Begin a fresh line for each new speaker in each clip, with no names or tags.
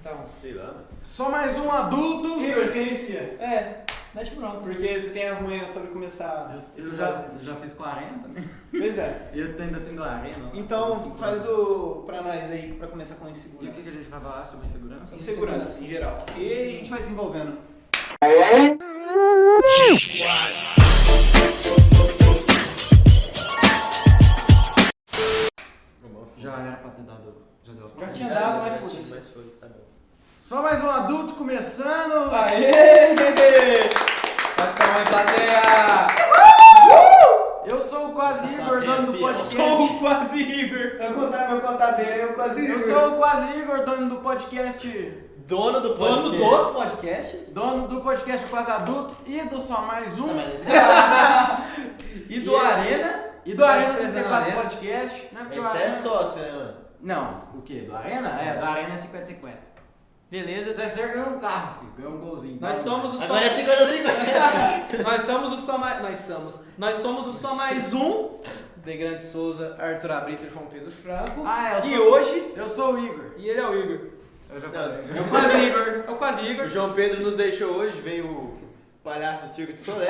Então,
Sei lá, mano.
Só mais um adulto.
Igor, você inicia.
É, mete bronca.
Porque você tem as manhas sobre começar.
Eu, eu já, já fiz 40, né?
Pois é.
Eu tô- ainda tenho arena.
Então, faz
o.
o. pra nós aí, pra começar com insegurança.
E o que, que a gente vai falar sobre segurança?
Insegurança, em geral. E a gente vai desenvolvendo.
Já era pra ter dado. Já deu.
Já tinha dado, mas foda-se.
Mas foda-se, tá bom.
Só mais um adulto começando.
Aê! Faz pra mãe plateia!
Eu sou o Quase
Tá
Igor,
é
dono do
Fiel.
podcast.
quase Igor!
Eu contar meu contar dele, eu quase.
Eu sou o Quase Igor, dono do podcast.
Dono do
Dono
podcast.
dos podcasts?
Dono do podcast Quase Adulto e do Só Mais Um.
e do Arena?
E do
Tá
Arena
Desprezando
34
Arena.
Podcast. Né? Porque o
Mas você
Arena-
é sócio, né, mano?
Não, o quê? Do Arena? É, do Arena é 50-50.
Beleza,
Você certo ganhou um carro, filho. Ganhou um golzinho.
nós somos o só...
Agora é 50
nós somos o só mais... Nós somos. Nós somos o só mais um. De Grande Souza, Arthur Abrito e João Pedro Franco.
Ah, eu
e
sou-
hoje...
Eu sou o Igor.
E ele é o Igor.
Eu já falei.
É o quase Igor. É o quase Igor.
O João Pedro nos deixou hoje, veio o palhaço do circo de Solé.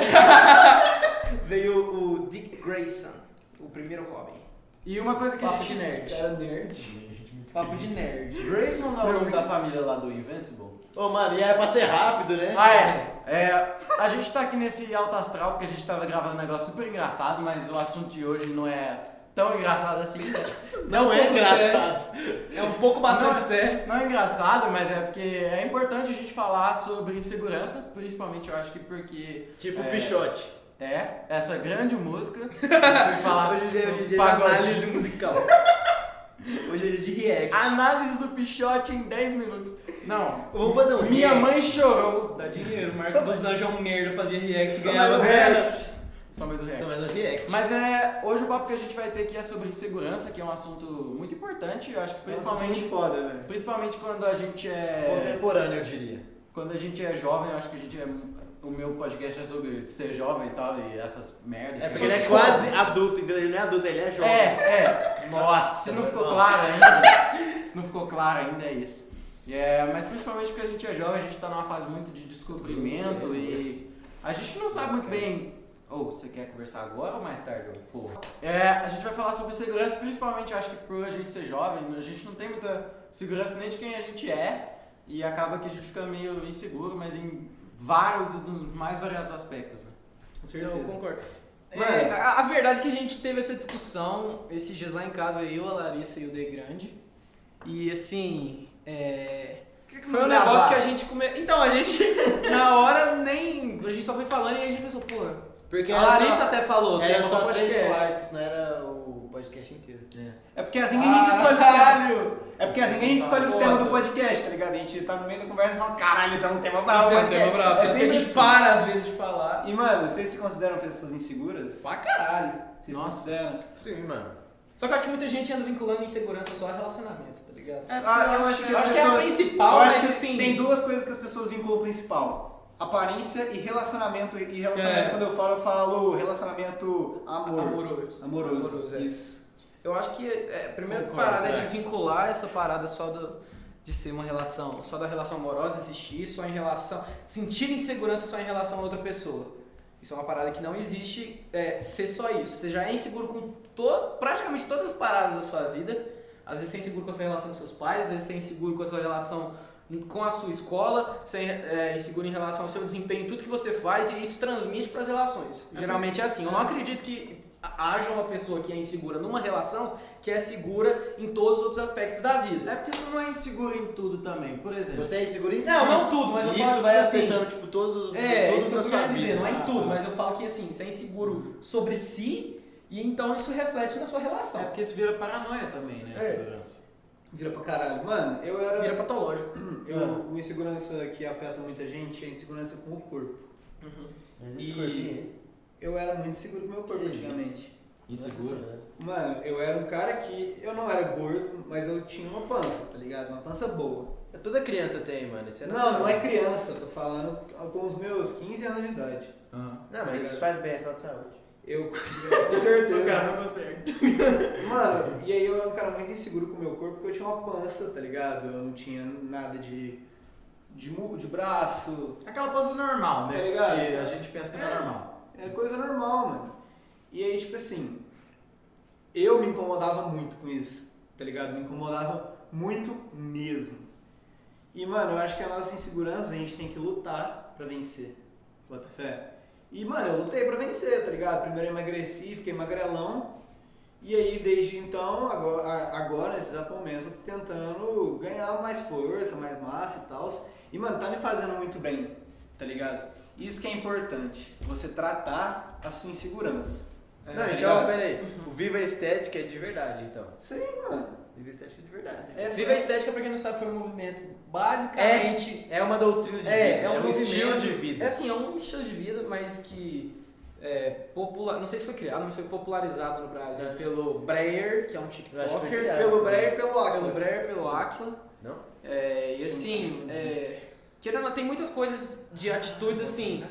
Veio o Dick Grayson, o primeiro Robin.
E uma coisa que a
Papo
gente.
de nerd.
nerd.
Papo de nerd.
Grayson não é o nome da família lá do Invincible?
Ô, mano, e era pra ser rápido, né?
Ah, é. É, a gente tá aqui nesse alto astral porque a gente tava gravando um negócio super engraçado, mas o assunto de hoje não é tão engraçado assim.
É um
Não é
pouco
engraçado.
É um pouco bastante
Não.
sério.
Não é engraçado, mas é porque é importante a gente falar sobre insegurança, principalmente eu acho que porque
Tipo
É.
pichote.
é essa grande música que foi falada
Hoje em dia-
sobre
hoje em dia
pagode.
Análise musical. Ah,
Hoje é dia de react.
Análise do Pichote em 10 minutos. Não.
Vamos fazer um
Minha
react.
mãe chorou.
Dá dinheiro, Marco dos Anjos é um merda, fazia react,
Só
ganhava
mais um
react.
Só mais um
Isso é
react.
mais um react.
Mas é, hoje o papo que a gente vai ter aqui é sobre insegurança, que é um assunto muito importante, eu acho que
Principalmente
principalmente,
foda, velho.
principalmente quando a gente é
Contemporâneo, eu diria.
quando a gente é jovem, eu acho que a gente é o meu podcast é sobre ser jovem e tal e essas merdas.
É
que
porque
eu-
ele é quase adulto, entendeu? Ele não é adulto, ele é jovem.
É, é.
Nossa,
Se não ficou
não.
claro ainda, se não ficou claro ainda é isso. E É, mas principalmente porque a gente é jovem, a gente tá numa fase muito de descobrimento e a gente não sabe muito bem. Ou você quer conversar agora ou mais tarde? ô Porra. É, a gente vai falar sobre segurança, principalmente acho que por a gente ser jovem, a gente não tem muita segurança nem de quem a gente é e acaba que a gente fica meio inseguro, mas em vários dos mais variados aspectos, né?
Com
Eu concordo.
Mano.
É, a, a verdade é que a gente teve essa discussão esses dias lá em casa, eu, a Larissa e o De Grande. E assim, é, Foi um negócio que a gente come... Então, a gente, na hora, nem. A gente só foi falando e a gente pensou, pô.
Porque
A
era
Larissa
só,
até falou,
era
tem um
só três
podcast.
quartos, não era o podcast inteiro.
É porque assim que a gente escolhe os temas.
Caralho!
É porque assim que a gente escolhe os
Ah. Foda.
temas do podcast, tá ligado? A gente tá no meio da conversa e fala, caralho, isso é um tema bravo.
Esse é um
podcast."
tema brabo.
É
tanto que a
sempre
gente
assim.
para às vezes de falar.
E mano, vocês se consideram pessoas inseguras?
Pra caralho.
Vocês
Nossa.
consideram?
Sim, mano.
Só que aqui muita gente anda vinculando insegurança só a relacionamento, tá ligado?
Ah, eu acho que
Eu
as
acho que é a
pessoas-
principal,
eu acho
mas
que
assim.
Tem duas coisas que as pessoas vinculam principal. Aparência e relacionamento. E relacionamento,
É.
quando eu falo, eu falo relacionamento amor.
Amoroso.
Amoroso.
Amoroso, é.
Isso.
Eu acho que é, a primeira
Concordo,
parada é
é.
desvincular essa parada só do, de ser uma relação, só da relação amorosa existir, só em relação. Sentir insegurança só em relação a outra pessoa. Isso é uma parada que não existe é, ser só isso. Você já é inseguro com to, praticamente todas as paradas da sua vida. Às vezes você é inseguro com a sua relação com seus pais, às vezes você é inseguro com a sua relação com a sua escola, você é inseguro em relação ao seu desempenho, em tudo que você faz, e isso transmite para as relações. Geralmente é assim. Eu não acredito que haja uma pessoa que é insegura numa relação que é segura em todos os outros aspectos da vida.
É porque você não é inseguro em tudo também. Por exemplo,
Você é inseguro em si.
Não, não tudo, mas eu
Isso
falo tipo
vai
assim,
afetando, tipo, todos
é,
todos
isso que eu
na
tô
sua
querendo dizer,
vida. né?
não é em
Ah,
tudo,
tá.
mas eu falo que assim, você é inseguro sobre si e então isso reflete na sua relação.
é porque isso vira paranoia também, né?
É.
Insegurança.
Vira pra caralho. Mano, eu era.
Vira patológico.
Eu, Uma insegurança que afeta muita gente é a insegurança com o corpo.
Mas
E-
escorpião,
Eu era muito inseguro com o meu corpo
Que
antigamente.
Inseguro.
nossa, né?
Mano, eu era um cara que. Eu não era gordo, mas eu tinha uma pança, tá ligado? Uma pança boa.
É Toda criança tem, mano. Isso é
Não,
natural.
não é criança, eu tô falando com os meus 15 anos de idade.
Aham.
Não, mas isso faz bem, é sinal de saúde.
Eu, com certeza.
não consegue.
tá Mano, e aí eu era um cara muito inseguro com o meu corpo porque eu tinha uma pança, tá ligado? Eu não tinha nada de de, mu- de braço.
Aquela pança normal, né?
Tá ligado?
Porque a gente pensa que não é
É.
normal.
É coisa normal, mano. E aí, tipo assim, eu me incomodava muito com isso, tá ligado? Me incomodava muito mesmo. E, mano, eu acho que a nossa insegurança a gente tem que lutar pra vencer. Bota fé. E, mano, eu lutei pra vencer, tá ligado? Primeiro eu emagreci, fiquei magrelão. E aí, desde então, agora, a- agora, nesse exato momento, eu tô tentando ganhar mais força, mais massa e tal. E, mano, tá me fazendo muito bem, tá ligado? Isso que é importante, você tratar a sua insegurança.
Não,
Tá
então,
ligado?
peraí. O Viva Estética é de verdade, então.
Sim, mano.
Viva Estética é de verdade.
É,
Viva a estética, pra quem não sabe, foi um movimento basicamente.
É uma doutrina de
É,
vida.
é um movimento.
estilo de vida.
É assim, é um estilo de vida, mas que. É, popular, não sei se foi criado, mas foi popularizado no Brasil
Eu acho-
pelo Breyer, que é
É.
um
Eu acho que foi
TikToker.
criado. Tá
Pelo Breyer e pelo Acla.
Pelo Breyer, pelo Aquila.
Não?
É, e assim, é, querendo, ou não, tem muitas coisas de atitudes assim.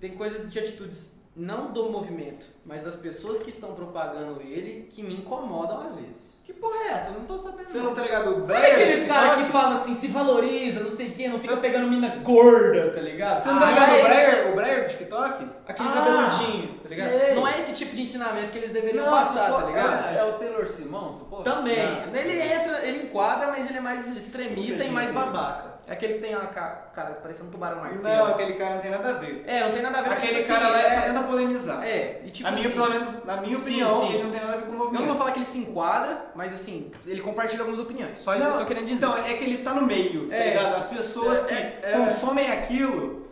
Tem coisas de atitudes não do movimento, mas das pessoas que estão propagando ele que me incomodam às vezes.
Que porra é essa? Eu não tô sabendo.
Você não tá ligado? O
Sabe aqueles
esse
caras
nome?
que falam assim, se valoriza, não sei o que, não fica pegando mina gorda, tá ligado?
Você não tá
Ah,
ligado?
é
o,
esse
Breyer, o Breyer do TikTok?
Aquele
Ah,
cabeludinho, tá ligado?
sei.
Não é esse tipo de ensinamento que eles deveriam passar,
supor-
tá ligado?
É, é o Taylor Simão, suponho?
Também.
Ah.
Não.
Ele entra, ele enquadra, mas ele é mais extremista
Sim,
e mais
sim.
babaca. É aquele que tem a ca- cara parecendo um tubarão martelo.
Não, aquele cara não tem nada a ver.
É, não tem nada a ver com
Aquele
isso,
cara
assim,
lá ele só
é...
tenta polemizar.
É, e tipo
na minha,
assim,
pelo menos, na minha
Sim,
opinião,
sim.
ele não tem nada a ver com o
eu não
movimento.
vou falar que ele se enquadra, mas assim, ele compartilha algumas opiniões. Só isso que eu tô querendo dizer.
Então, é que ele tá no meio, tá
É.
ligado? As pessoas que
É, é, é.
consomem aquilo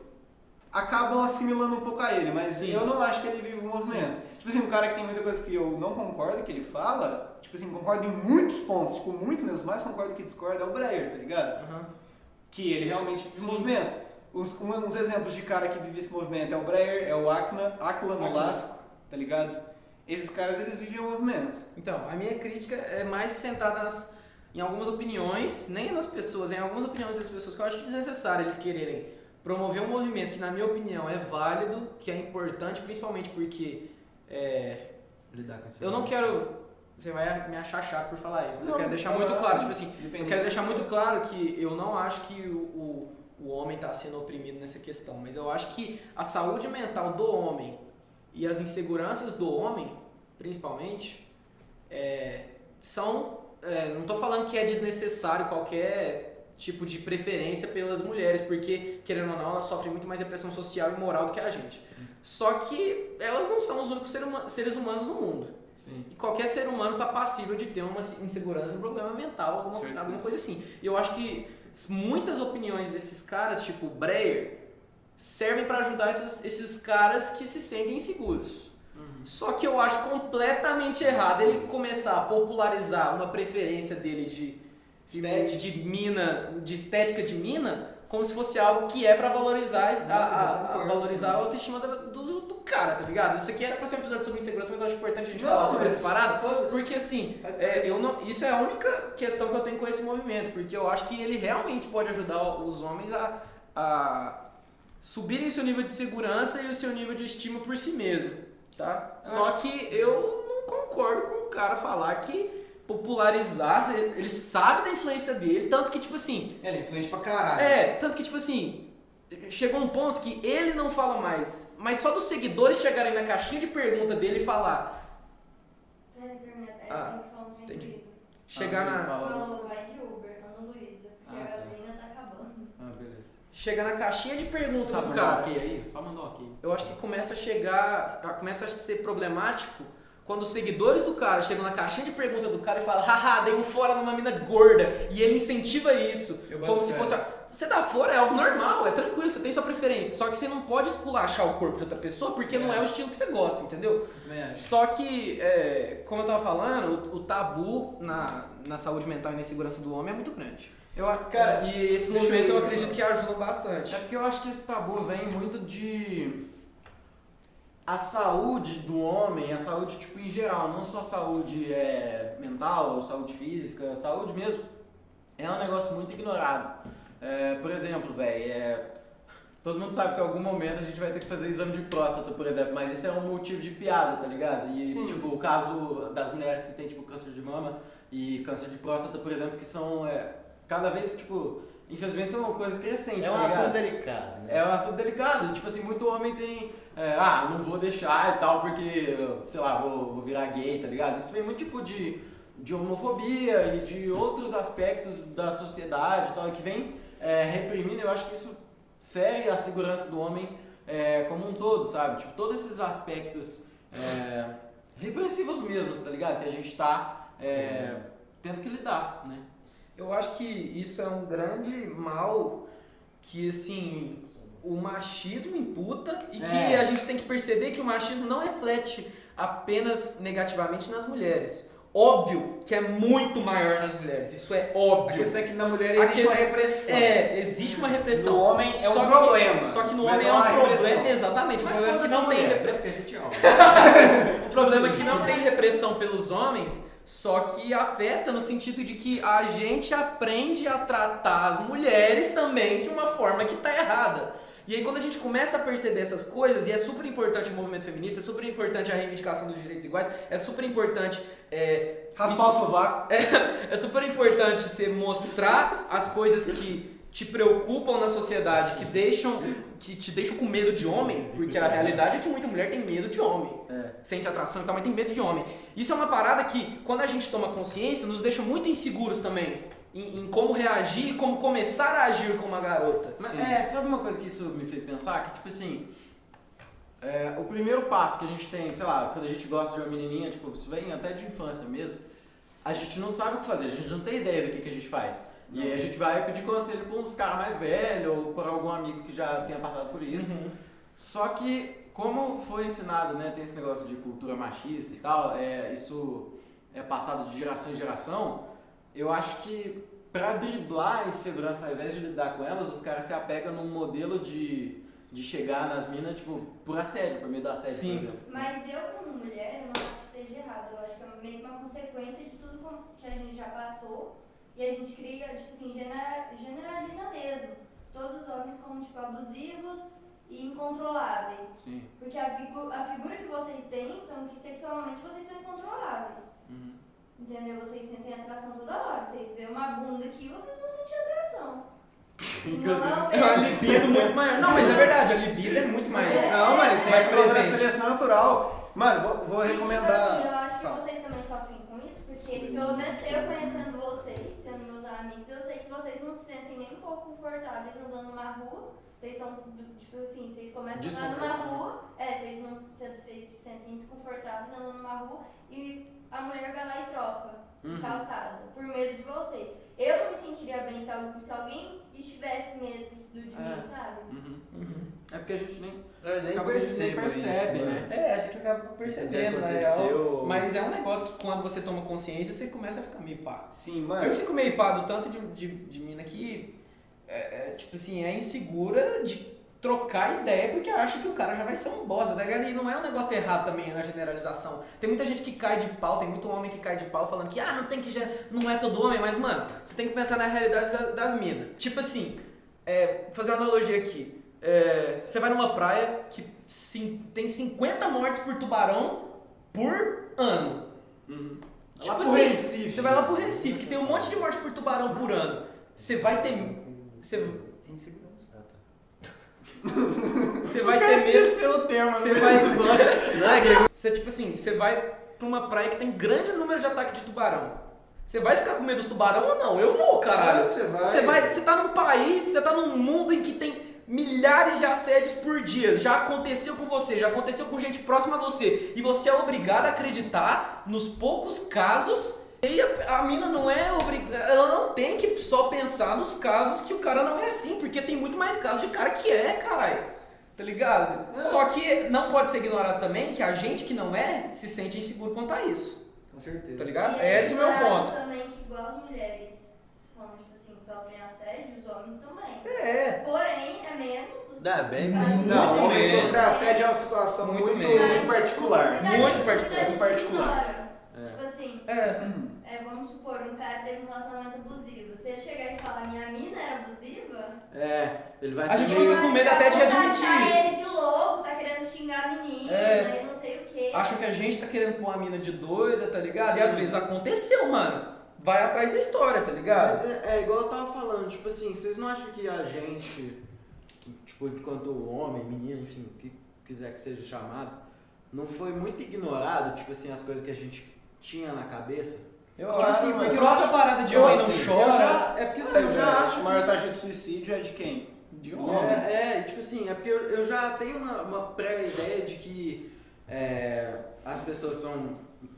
acabam assimilando um pouco a ele, mas
Sim.
eu não acho que ele vive o movimento. Tipo assim, um cara que tem muita coisa que eu não concordo que ele fala, tipo assim, concordo em muitos pontos, tipo, muito mesmo, mais concordo que discordo é o Breyer, tá ligado?
Aham.
que ele realmente vive o movimento. Uns, um- uns exemplos de cara que vive esse movimento é o Breyer, é o Acna, Acla Nolasco, tá ligado? Esses caras, eles vivem o movimento.
Então, a minha crítica é mais centrada nas- em algumas opiniões, nem nas pessoas, em algumas opiniões das pessoas, que eu acho desnecessário eles quererem promover um movimento que, na minha opinião, é válido, que é importante, principalmente porque é,
Lidar com esse
eu não
negócio.
quero. Você vai me achar chato por falar isso, mas eu
Não, tá
quero deixar
não,
muito
não,
claro,
não.
tipo assim, eu
Depende
quero
do-
deixar muito claro que eu não acho que o, o, o homem está sendo oprimido nessa questão, mas eu acho que a saúde mental do homem e as inseguranças do homem, principalmente, é, são. é, não estou falando que é desnecessário qualquer tipo de preferência pelas mulheres, porque, querendo ou não, elas sofrem muito mais repressão social e moral do que a gente. Só que elas não são os únicos ser huma- seres humanos no mundo.
Sim.
E qualquer ser humano tá passível de ter uma insegurança, um problema mental, alguma,
Certeza.
alguma coisa assim. E eu acho que muitas opiniões desses caras, tipo Breyer, servem pra ajudar esses, esses caras que se sentem inseguros. Só que eu acho completamente errado ele começar a popularizar uma preferência dele de, de,
Estética.
de mina, de estética de mina, como se fosse algo que é pra valorizar a-
Não, mas é eu
a- a,
concordo.
valorizar a autoestima da- do, do- do cara, tá ligado? Isso aqui era pra ser um episódio sobre insegurança, mas eu acho importante a gente falar sobre
mas-
essa parada.
foda-se.
Porque assim,
Faz
é,
parte.
eu não- isso é a única questão que eu tenho com esse movimento, porque eu acho que ele realmente pode ajudar os homens a, a subirem seu nível de segurança e o seu nível de estima por si mesmo, tá?
Eu
Só que eu não concordo com o cara falar que popularizar, se- ele sabe da influência dele, tanto que tipo assim,
Ele é influente pra caralho.
é, tanto que tipo assim, chegou um ponto que ele não fala mais, mas só dos seguidores chegarem na caixinha de pergunta dele e falar,
Peraí, termina. É,
Ah,
tem que falar um trem
entendi.
comigo.
chegar
Ah,
na
Falou, vai de Uber, Ana Luísa, porque
Ah,
a
tá.
gasolina tá acabando.
Ah, beleza.
Chega na caixinha de perguntas
Sabe
do
mandar
cara.
ok aí? Só mandar ok.
Eu acho que começa a chegar. Começa a ser problemático quando os seguidores do cara chegam na caixinha de perguntas do cara e falam, haha, dei um fora numa mina gorda. E ele incentiva isso.
Eu boto
Como se
fé.
fosse. a- Você dá fora é algo normal, é tranquilo, você tem sua preferência. Só que você não pode esculachar o corpo de outra pessoa porque não é o estilo que você gosta, entendeu?
Também acho.
Só que, é, como eu tava falando, o, o tabu na, na saúde mental e na insegurança do homem é muito grande. Eu, a-
Cara,
e esses
deixa
movimentos eu,
eu-
acredito que ajudam bastante.
É porque eu acho que esse tabu vem muito de. A saúde do homem, a saúde tipo em geral, não só a saúde é, mental, ou saúde física, a saúde mesmo, é um negócio muito ignorado. É, por exemplo, velho, todo mundo sabe que em algum momento a gente vai ter que fazer exame de próstata, por exemplo, mas isso é um motivo de piada, tá ligado? E tipo, o caso das mulheres que têm tipo câncer de mama e câncer de próstata, por exemplo, que são é, cada vez tipo
Infelizmente isso é uma coisa crescente,
É um
tá ligado?
assunto delicado, né?
É um assunto delicado. Tipo assim, muito homem tem. é, ah, não vou deixar e tal, porque, sei lá, vou, vou virar gay, tá ligado? Isso vem muito tipo de, de homofobia e de outros aspectos da sociedade e tal, que vem é, reprimindo. Eu acho que isso fere a segurança do homem é, como um todo, sabe? Tipo, todos esses aspectos é, repressivos mesmos, tá ligado? Que a gente tá é, tendo que lidar, né?
Eu acho que isso é um grande mal que, assim, o machismo imputa e que
É.
a gente tem que perceber que o machismo não reflete apenas negativamente nas mulheres. Óbvio que é muito maior nas mulheres, isso é
A
óbvio.
questão é que na mulher
A
existe uma
questão-
repressão.
É, existe uma repressão.
No homem é um
Só que-
problema,
Só que no
mas
homem é
não
um
há
problema.
repressão.
Exatamente, mas o problema é que
foda-se
não tem
mulheres,
repressão.
né? Porque a gente é homem.
O problema é que não
Mas
tem
acho-
repressão pelos homens, só que afeta no sentido de que a gente aprende a tratar as mulheres também de uma forma que tá errada. E aí quando a gente começa a perceber essas coisas, e é super importante o movimento feminista, é super importante a reivindicação dos direitos iguais, é super importante é,
Raspar o sovaco.
é super importante você mostrar as coisas que te preocupam na sociedade, que deixam que te deixam com medo de homem, porque a realidade é que muita mulher tem medo de homem. Sente atração e tal, mas tem medo de homem. Isso é uma parada que, quando a gente toma consciência, nos deixa muito inseguros também em, em como reagir e como começar a agir como uma garota.
Mas, é, sabe uma coisa que isso me fez pensar? Que, tipo assim, é, o primeiro passo que a gente tem, sei lá, quando a gente gosta de uma menininha, tipo, isso vem até de infância mesmo, a gente não sabe o que fazer, a gente não tem ideia do que, que a gente faz. E aí a gente vai pedir conselho pra uns caras mais velhos ou pra algum amigo que já tenha passado por isso. Só que, como foi ensinado, né, tem esse negócio de cultura machista e tal, é, isso é passado de geração em geração, eu acho que pra driblar a insegurança, ao invés de lidar com elas, os caras se apegam num modelo de, de chegar nas minas, tipo, por assédio, por meio do assédio,
Sim.
por exemplo.
Mas eu, como mulher, eu não acho que seja errado. Eu acho que é meio que uma consequência de tudo com- que a gente já passou. E a gente cria, tipo assim, genera- generaliza mesmo. Todos os homens como, tipo, abusivos e incontroláveis.
Sim.
Porque a, figu- a figura que vocês têm são que sexualmente vocês são incontroláveis.
Uhum.
Entendeu? Vocês sentem atração toda hora. Vocês veem uma bunda aqui, vocês vão sentir atração. Não, um
É uma libido muito maior. Não, mas é verdade, a libido é muito mais.
Não, mano, isso
Mais
é uma
presente.
seleção natural. Mano, vou, vou
E, tipo assim, eu
recomendar. Tá.
acho que
Fala.
vocês também sofrem com isso, porque pelo menos eu conhecendo vocês, sendo meus amigos, eu sei que vocês não se sentem nem um pouco confortáveis andando numa rua. Vocês estão, tipo assim, vocês começam a andar numa rua, é, vocês, não, se- vocês se sentem desconfortáveis andando numa rua e a mulher vai lá e troca de
Uhum.
calçada, por medo de vocês. Eu não me sentiria bem se alguém, se alguém estivesse medo de mim, sabe?
Uhum. É porque a gente nem,
Eu nem
acaba que a gente nem
percebo isso,
percebe,
mano.
né?
É, a gente acaba
Não sei se
percebendo, né? na real.
aconteceu.
Mas é um negócio que quando você toma consciência, você começa a ficar meio pá.
Sim,
Eu
mano.
fico meio pá do tanto de, de, de mina que, é, é, tipo assim, é insegura de trocar ideia porque acha que o cara já vai ser um bosta, tá ligado? E não é um negócio errado também na generalização. Tem muita gente que cai de pau, tem muito homem que cai de pau falando que, ah, não tem que já. Não é todo homem, mas, mano, você tem que pensar na realidade da- das minas. Tipo assim, é, vou fazer uma analogia aqui. É, você vai numa praia que cin- tem 50 mortes por tubarão por ano. Tipo
Uhum. Lá pro
assim,
Recife. né?
Você vai lá pro Recife, que tem um monte de morte por tubarão por ano. Você vai ter. Você, você vai ter medo.
o tema.
né?
Você vai.
Não é que
Você, tipo assim, você vai pra uma praia que tem grande número de ataque de tubarão. Você vai ficar com medo dos tubarão ou não? Eu vou,
Claro
caralho.
que Você vai.
Você vai. Você tá num país, você tá num mundo em que tem milhares de assédios por dia. Já aconteceu com você, já aconteceu com gente próxima a você. E você é obrigado a acreditar nos poucos casos. E aí a, a mina não é obrigada. Ela não tem que só pensar nos casos que o cara não é assim, porque tem muito mais casos de cara que é, caralho. Tá ligado? Só que não pode ser ignorado também que a gente que não é se sente inseguro quanto a isso.
Com certeza.
Tá ligado?
E
É Esse é o meu
claro
ponto.
também que igual as mulheres são, tipo assim, sofrem assédio, os homens também.
É.
Porém, é menos.
Dá bem,
Mas-
Não,
Muito
homem
menos.
sofrer assédio é uma situação
Muito
muito, muito,
menos.
particular.
Muita
Muito
gente-
particular,
muita gente
particular.
ignora. Tipo assim,
É.
é, vamos supor, um cara teve um relacionamento abusivo. Se ele chegar e falar, minha mina era abusiva,
É, ele vai
A gente
meio-
fica com medo até de
vão
admitir
achar
isso.
ele de louco, tá querendo xingar a menina
É.
e não sei o quê.
acham que a gente tá querendo pôr uma mina de doida, tá ligado? E às vezes aconteceu, mano. vai atrás da história, tá ligado?
Mas é, é igual eu tava falando, tipo assim, vocês não acham que a gente, tipo, enquanto homem, menino, enfim, o que quiser que seja chamado, não foi muito ignorado, tipo assim, as coisas que a gente tinha na cabeça?
Eu
Claro,
acho assim,
mano.
porque a parada de homem não
Eu
chora.
já- é porque assim,
Sim,
eu já acho que-
maior taxa de suicídio é de quem?
De
homem.
É, é, tipo assim, é porque eu, eu já tenho uma, uma pré-ideia de que é, as pessoas são.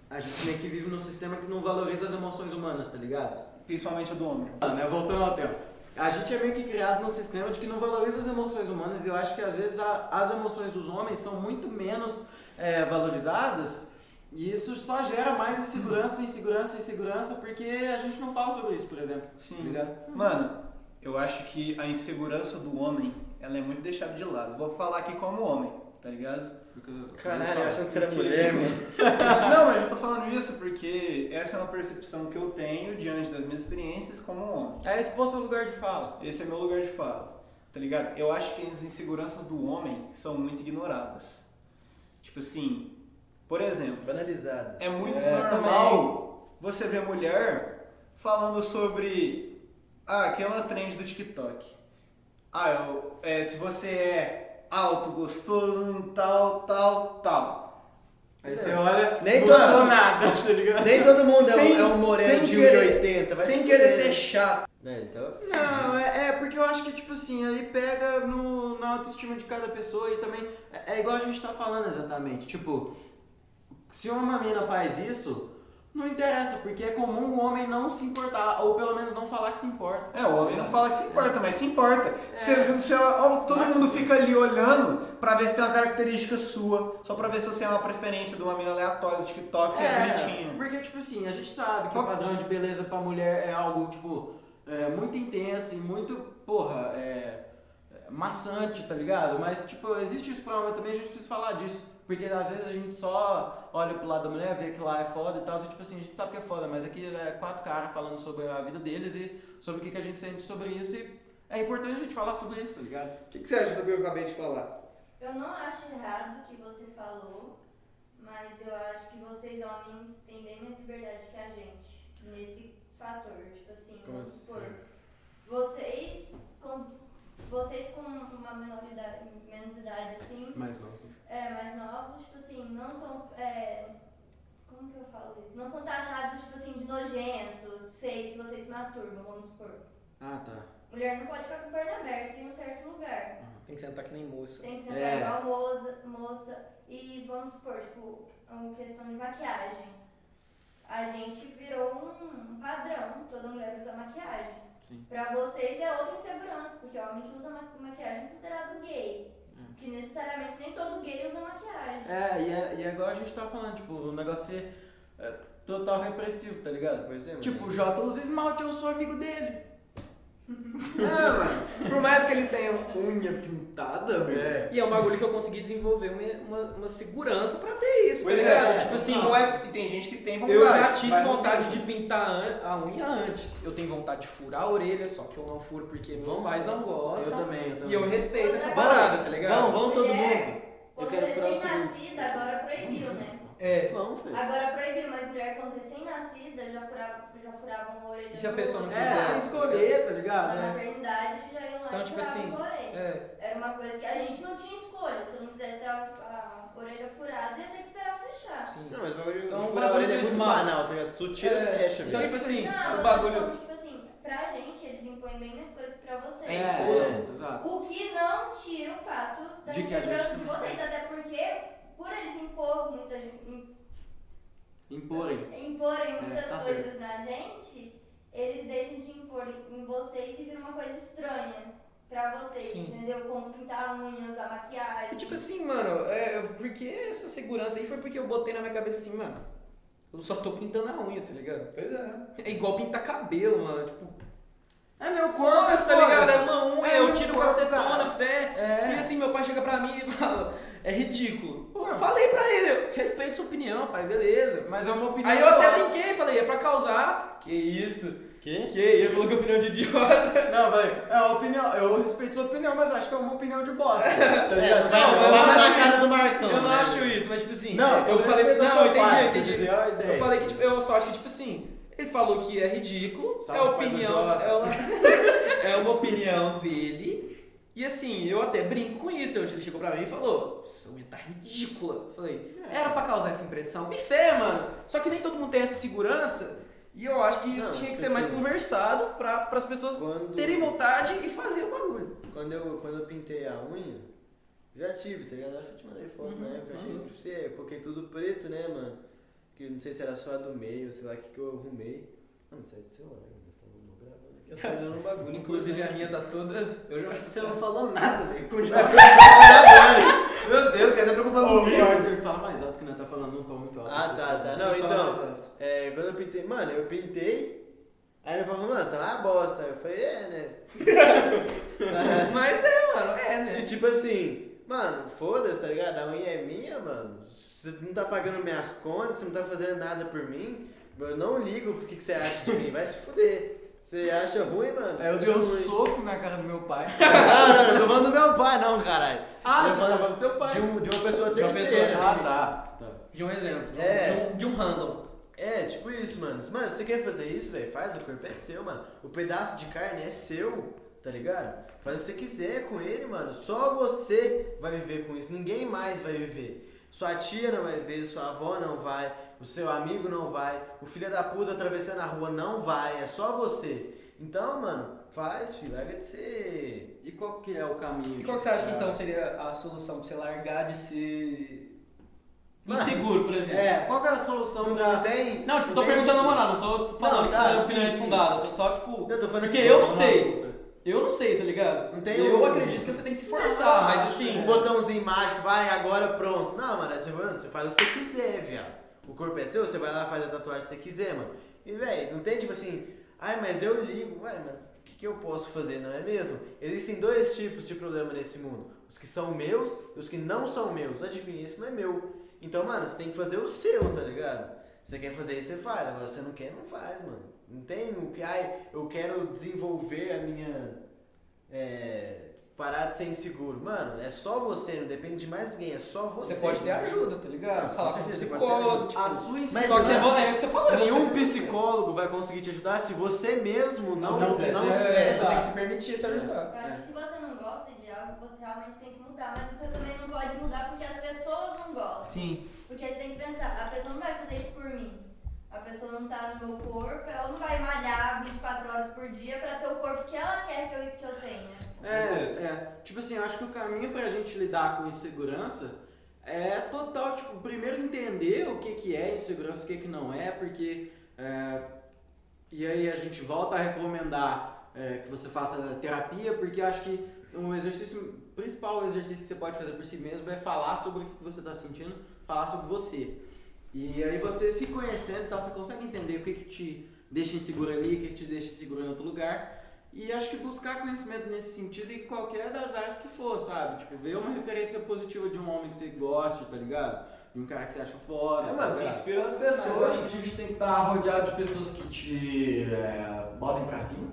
A gente meio que vive num sistema que não valoriza as emoções humanas, tá ligado?
Principalmente a do homem.
Ah, né, Voltando ao tempo. A gente é meio que criado num sistema de que não valoriza as emoções humanas e eu acho que às vezes a- as emoções dos homens são muito menos é, valorizadas e isso só gera mais insegurança, insegurança, insegurança porque a gente não fala sobre isso, por exemplo. Tá
Sim.
ligado?
Mano, eu acho que a insegurança do homem, ela é muito deixada de lado. Vou falar aqui como homem, tá ligado?
Caralho, eu
achando que
você era mulher, mano. Não, mas eu tô falando isso porque essa é uma percepção que eu tenho diante das minhas experiências como homem.
É exposto ao lugar de fala.
Esse é meu lugar de fala, tá ligado? Eu acho que as inseguranças do homem são muito ignoradas. Tipo assim, por exemplo,
Banalizadas.
é muito
É,
normal você ver mulher falando sobre ah, aquela trend do TikTok. Ah, eu- é, se você é alto, gostoso, tal, tal, tal.
Aí você olha,
Nem
não
todo-
sou nada, tá ligado?
Nem todo mundo é, um-
Sem-
é um moreno
sem
de
querer-
1,80. vai
Sem
se
querer
fuder.
ser chato.
Né,
É, então...
Não, é, é, porque eu acho que, tipo assim, aí pega no, na autoestima de cada pessoa e também. É, é igual a gente tá falando exatamente. Tipo, se uma menina faz isso, não interessa, porque é comum o homem não se importar, ou pelo menos não falar que se importa.
É, o homem não fala que se importa, mas se importa. Você, você, ó, todo
Mas-
mundo fica ali olhando pra ver se tem uma característica sua, só pra ver se você é uma preferência de uma mina aleatória do TikTok, é, bonitinho.
porque, tipo assim, a gente sabe que o padrão de beleza pra mulher é algo, tipo, é, muito intenso e muito, porra, é, é, maçante, tá ligado? Mas, tipo, existe isso pra homem também, a gente precisa falar disso. Porque às vezes a gente só olha pro lado da mulher, vê que lá é foda e tal, e, tipo assim, a gente sabe que é foda, mas aqui é quatro caras falando sobre a vida deles e sobre o que, que a gente sente sobre isso e é importante a gente falar sobre isso, tá ligado?
O que, que você acha do que eu acabei de falar?
Eu não acho errado o que você falou, mas eu acho que vocês homens têm bem mais liberdade que a gente nesse fator, tipo assim,
Como
vamos
assim?
supor, vocês com vocês com uma menor idade, menos idade assim,
Mas não,
é, mais novos, tipo assim, não são é, como que eu falo isso? Não são taxados, tipo assim, de nojentos, feios, vocês se masturbam, vamos supor.
Ah, tá.
Mulher não pode ficar com a perna aberta em um certo lugar.
Tem que sentar que nem moça.
Tem que sentar
É.
igual moça, moça. E vamos supor, tipo, uma questão de maquiagem. A gente virou um um padrão, toda mulher usa maquiagem.
Sim.
Pra vocês é outra insegurança, porque o homem que usa ma- maquiagem é considerado gay. Que necessariamente nem todo gay usa maquiagem.
É, e é, e é igual a gente tava falando, tipo, o negócio é, é total repressivo, tá ligado?
Pois é, mano.
Tipo, o
né?
Jota usa esmalte, eu sou amigo dele.
Ah, mano, por mais que ele tenha unha pintada, velho.
E é um bagulho que eu consegui desenvolver uma, uma, uma segurança pra ter isso, tá
Pois é,
ligado? tipo assim,
não é, e tem gente que tem vontade.
eu já tive
mas não
vontade
tem.
de pintar an- a unha antes. Eu tenho vontade de furar a orelha, só que eu não furo porque meus pais não gostam.
também, eu
E eu respeito essa
Vamos,
parada, tá ligado?
Vamos, vamos todo
Mulher,
mundo.
Quando
quero furar o
recém-nascida, agora proibiu, né?
É,
Vamos, filho.
Agora proibiu, mas mulher quando recém-nascida já furava, já furava uma orelha.
E se a pessoa não
no-
quiser?
É, sem escolher, tá ligado?
Na
É.
maternidade já iam lá
Então,
e um
tipo
furavam
assim,
sua orelha.
é.
Era uma coisa que a gente não tinha escolha. Se eu não quisesse ter a, a orelha furada, ia ter que esperar fechar.
Sim.
Não, mas o bagulho
Então,
de furar
bagulho
a orelha
do
é muito
esmalte.
banal, tá ligado? Tu tira,
É,
fecha,
Então,
velho.
tipo assim,
não,
o
eu tô
bagulho.
falando, tipo assim, pra gente, eles impõem bem mais coisas pra vocês.
É,
imposto.
é, exato.
O que não tira o fato da
De que a gente
insegurança de
não
vocês, até porque, por eles impor muita, gen-
Imporem.
imporem muitas
É, tá certo.
coisas na gente, eles deixam de impor em em vocês e vira uma coisa estranha pra vocês,
Sim.
entendeu? Como pintar a unha, usar
E
maquiagem.
tipo assim, mano, é, eu- porque essa segurança aí foi porque eu botei na minha cabeça assim, mano, eu só tô pintando a unha, tá ligado?
Pois é.
É igual pintar cabelo, mano. Tipo,
É meu corpo,
foda-se, tá ligado? É uma unha,
É
eu
meu
tiro com
corpo,
acetona,
cara.
fé. E
É.
assim, meu pai chega pra mim e fala, é ridículo. Pô, eu falei pra ele, eu respeito sua opinião, pai, beleza.
Mas é uma opinião.
Aí eu até
idiota.
brinquei, falei, é pra causar. Que isso?
Que?
Que? Ele falou que é opinião de idiota.
Não, velho, é uma opinião. Eu respeito sua opinião, mas acho que é uma opinião de bosta. tá
É,
Não,
ligado?
vai vai
eu não
lá
acho
na casa do Marcão.
Eu não
né?
acho isso, mas tipo assim.
Não,
eu
tô
falei.
respeitando
Não, eu
seu
entendi,
pai,
eu
quer
entendi.
dizer, olha a ideia.
Eu falei que, tipo, eu só acho que, tipo assim, ele Ele falou que é ridículo,
Salve,
é
pai do
opinião,
Jota.
é uma, é uma opinião dele. E assim, eu até brinco com isso. Ele chegou pra mim e falou: Essa unha tá ridícula. Eu Falei, era pra causar essa impressão. Me fé, mano. Só que nem todo mundo tem essa segurança. E eu acho que isso
Não,
tinha que
tipo
ser mais
assim,
conversado pra, pras pessoas
Quando-
terem vontade e fazer o bagulho.
Quando eu, quando eu pintei a unha, já tive, tá ligado? Acho que eu te mandei foto na
Uhum,
época. eu Achei, tipo, sei, eu coloquei tudo preto, né, mano? Que eu não sei se era só a do meio, sei lá, o que, que eu arrumei. Ah, não sei do celular, mas tá no gravando aqui.
Eu tô olhando um bagulho.
Inclusive a minha tá toda.
Eu já você não falou nada, velho. Continua.
Tá Meu Deus,
tá
cadê a
Ô,
preocupação
meu Arthur, fala mais alto que não tá falando um tom muito alto.
Ah,
assim.
tá, tá. Não,
Fala mais
então,
alto.
é, quando eu pintei, mano, eu pintei. Aí meu pai falou, mano, tá uma bosta. Eu falei, é, né?
Mas é, mano, é,
E
né?
tipo assim, mano, foda-se, tá ligado? A unha é minha, mano. Você não tá pagando minhas contas, você não tá fazendo nada por mim. Eu não ligo pro que, que você acha de mim, vai se fuder. Você acha ruim, mano?
É,
Aí eu
Você
dei um
acha ruim.
soco na cara do meu pai.
Não, não, não tô falando do meu pai, não, caralho.
Ah,
eu
você tá falando do seu pai.
de, um- de uma pessoa
De uma pessoa,
terceira.
Ah, tá.
De um exemplo. de um-
É.
De, um, de um random.
É, tipo isso, mano. Mano, você quer fazer isso, velho? Faz, o corpo é seu, mano. O pedaço de carne é seu, tá ligado? Faz o que você quiser com ele, mano. Só você vai viver com isso. Ninguém mais vai viver. Sua tia não vai ver, sua avó não vai, o seu amigo não vai, o filho da puta atravessando a rua não vai, é só você. Então, mano, faz, filho, larga de ser.
E qual que é o caminho?
E qual que você acha que então seria a solução pra você largar de ser.
Mano,
Inseguro, por exemplo.
É, qual que é a solução
Não,
pra...
não tem.
Não, tipo, tô
tem-
perguntando na moral, não tô falando
Não,
que isso
tá,
é uma
sim,
opinião
sim.
infundada, tô só, tipo.
Eu tô falando
porque
assim,
eu não
nossa,
sei. Eu não sei, tá ligado?
Não tem
eu
um-
acredito que você tem que se forçar, mas assim.
Um botãozinho mágico, vai, agora pronto. Não, mano, você, mano, você faz o que você quiser, viado. O corpo é seu, você vai lá faz a tatuagem que você quiser, mano. E, velho, não tem tipo assim, ai, mas eu ligo, ué, mano, o que, que eu posso fazer, não é mesmo? Existem dois tipos de problema nesse mundo: os que são meus e os que não são meus. Adivinha, isso não é meu. Então, mano, você tem que fazer o seu, tá ligado? Você quer fazer isso, você faz. Agora, você não quer, não faz, mano. Não tem o que, ai, eu quero desenvolver a minha é, parar de ser inseguro. Mano, é só você, não depende de mais ninguém, é só você.
Você pode ter ajuda, tá ligado?
Ah, com
Falar com um
certeza, você pode ter
psicólogo,
ajuda.
tipo.
A sua
Mas
Só que é
não,
você- é o que você falou, é
Nenhum
você-
psicólogo vai conseguir te ajudar se você mesmo não,
Não
não,
quiser.
É,
serve.
você tem que se permitir se ajudar.
Eu acho que se você não gosta de algo, você realmente tem que mudar, mas você também não pode mudar porque as pessoas não gostam.
Sim.
Porque você tem que pensar, a pessoa não vai fazer isso por mim. A pessoa não tá no meu corpo, ela não vai malhar 24 horas por dia pra ter o corpo que ela quer que eu, que eu tenha.
É, é. Tipo assim, eu acho que o caminho pra gente lidar com insegurança é total, tipo, primeiro entender o que, que é insegurança, o que, que não é, porque. é, e aí a gente volta a recomendar é, que você faça terapia, porque eu acho que um exercício, o principal exercício que você pode fazer por si mesmo é falar sobre o que você está sentindo, falar sobre você. E aí você se conhecendo e tal, você consegue entender o que, que te deixa inseguro ali, o que, que te deixa inseguro em outro lugar. E acho que buscar conhecimento nesse sentido em qualquer das áreas que for, sabe? Tipo, ver uma referência positiva de um homem que você gosta, tá ligado? De um cara que você acha foda.
É,
tá
mano, você
ligado?
inspira as
Mas eu
pessoas.
acho que a gente tem que estar rodeado de pessoas que te é, botem pra cima.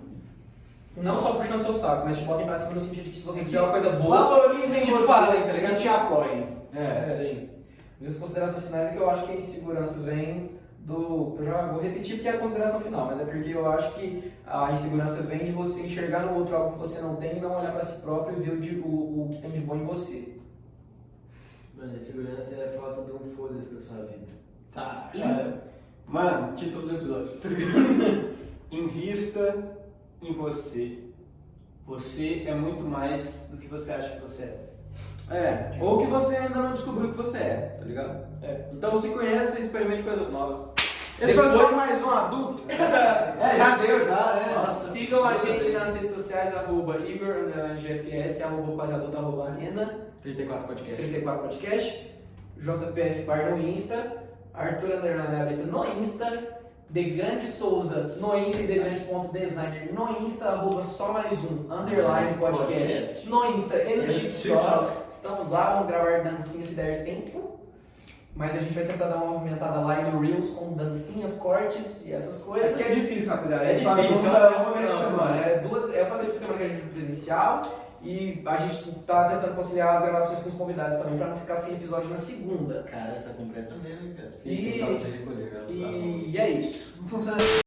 Não só puxando seu saco, mas te botem pra cima no sentido de que se você
quiser uma
coisa
Valorizem
Te
você
falem, tá ligado?
e te apoiem.
É,
É.
sim.
Minhas considerações finais é que eu acho que a insegurança vem do. Eu já vou repetir porque é a consideração final, mas é porque eu acho que a insegurança vem de você enxergar no outro algo que você não tem e não olhar pra si próprio e ver o, de- o- o que tem de bom em você.
Mano, insegurança é a falta de um foda-se na sua vida.
Tá.
É,
Mano,
título do episódio.
invista em você. Você é muito mais do que você acha que você é. Tipo,
É, ou que você ainda não descobriu o que você é, tá ligado?
É.
Então se conhece e experimente coisas novas. Esse
Depois-
foi só mais um adulto.
É, já deu, já, né?
Sigam a gente nas redes sociais, arroba Igor, underline GFS, arroba quase adulto, arroba arena,
34 podcast.
34 podcast, JPF Bar no Insta, Arthur Underline Abeta no Insta, De Grande Souza no Insta e DeGrande.designer no Insta, arroba só mais um, underline podcast, no Insta e
É
no
E no
TikTok. Estamos lá, vamos gravar dancinha se der tempo. Mas a gente vai tentar dar uma movimentada lá em Reels com dancinhas, cortes e essas coisas.
É que é difícil, né? rapaziada.
É
A gente faz
difícil,
uma
é
uma vez por
não,
semana.
É, duas, é uma vez por semana que a gente vai presencial e a gente tá tentando conciliar as gravações com os convidados também pra não ficar sem episódio na segunda.
Cara, essa conversa tá mesmo, cara.
E,
Tentar te recolher, né, os assuntos.
e é isso.
Não funciona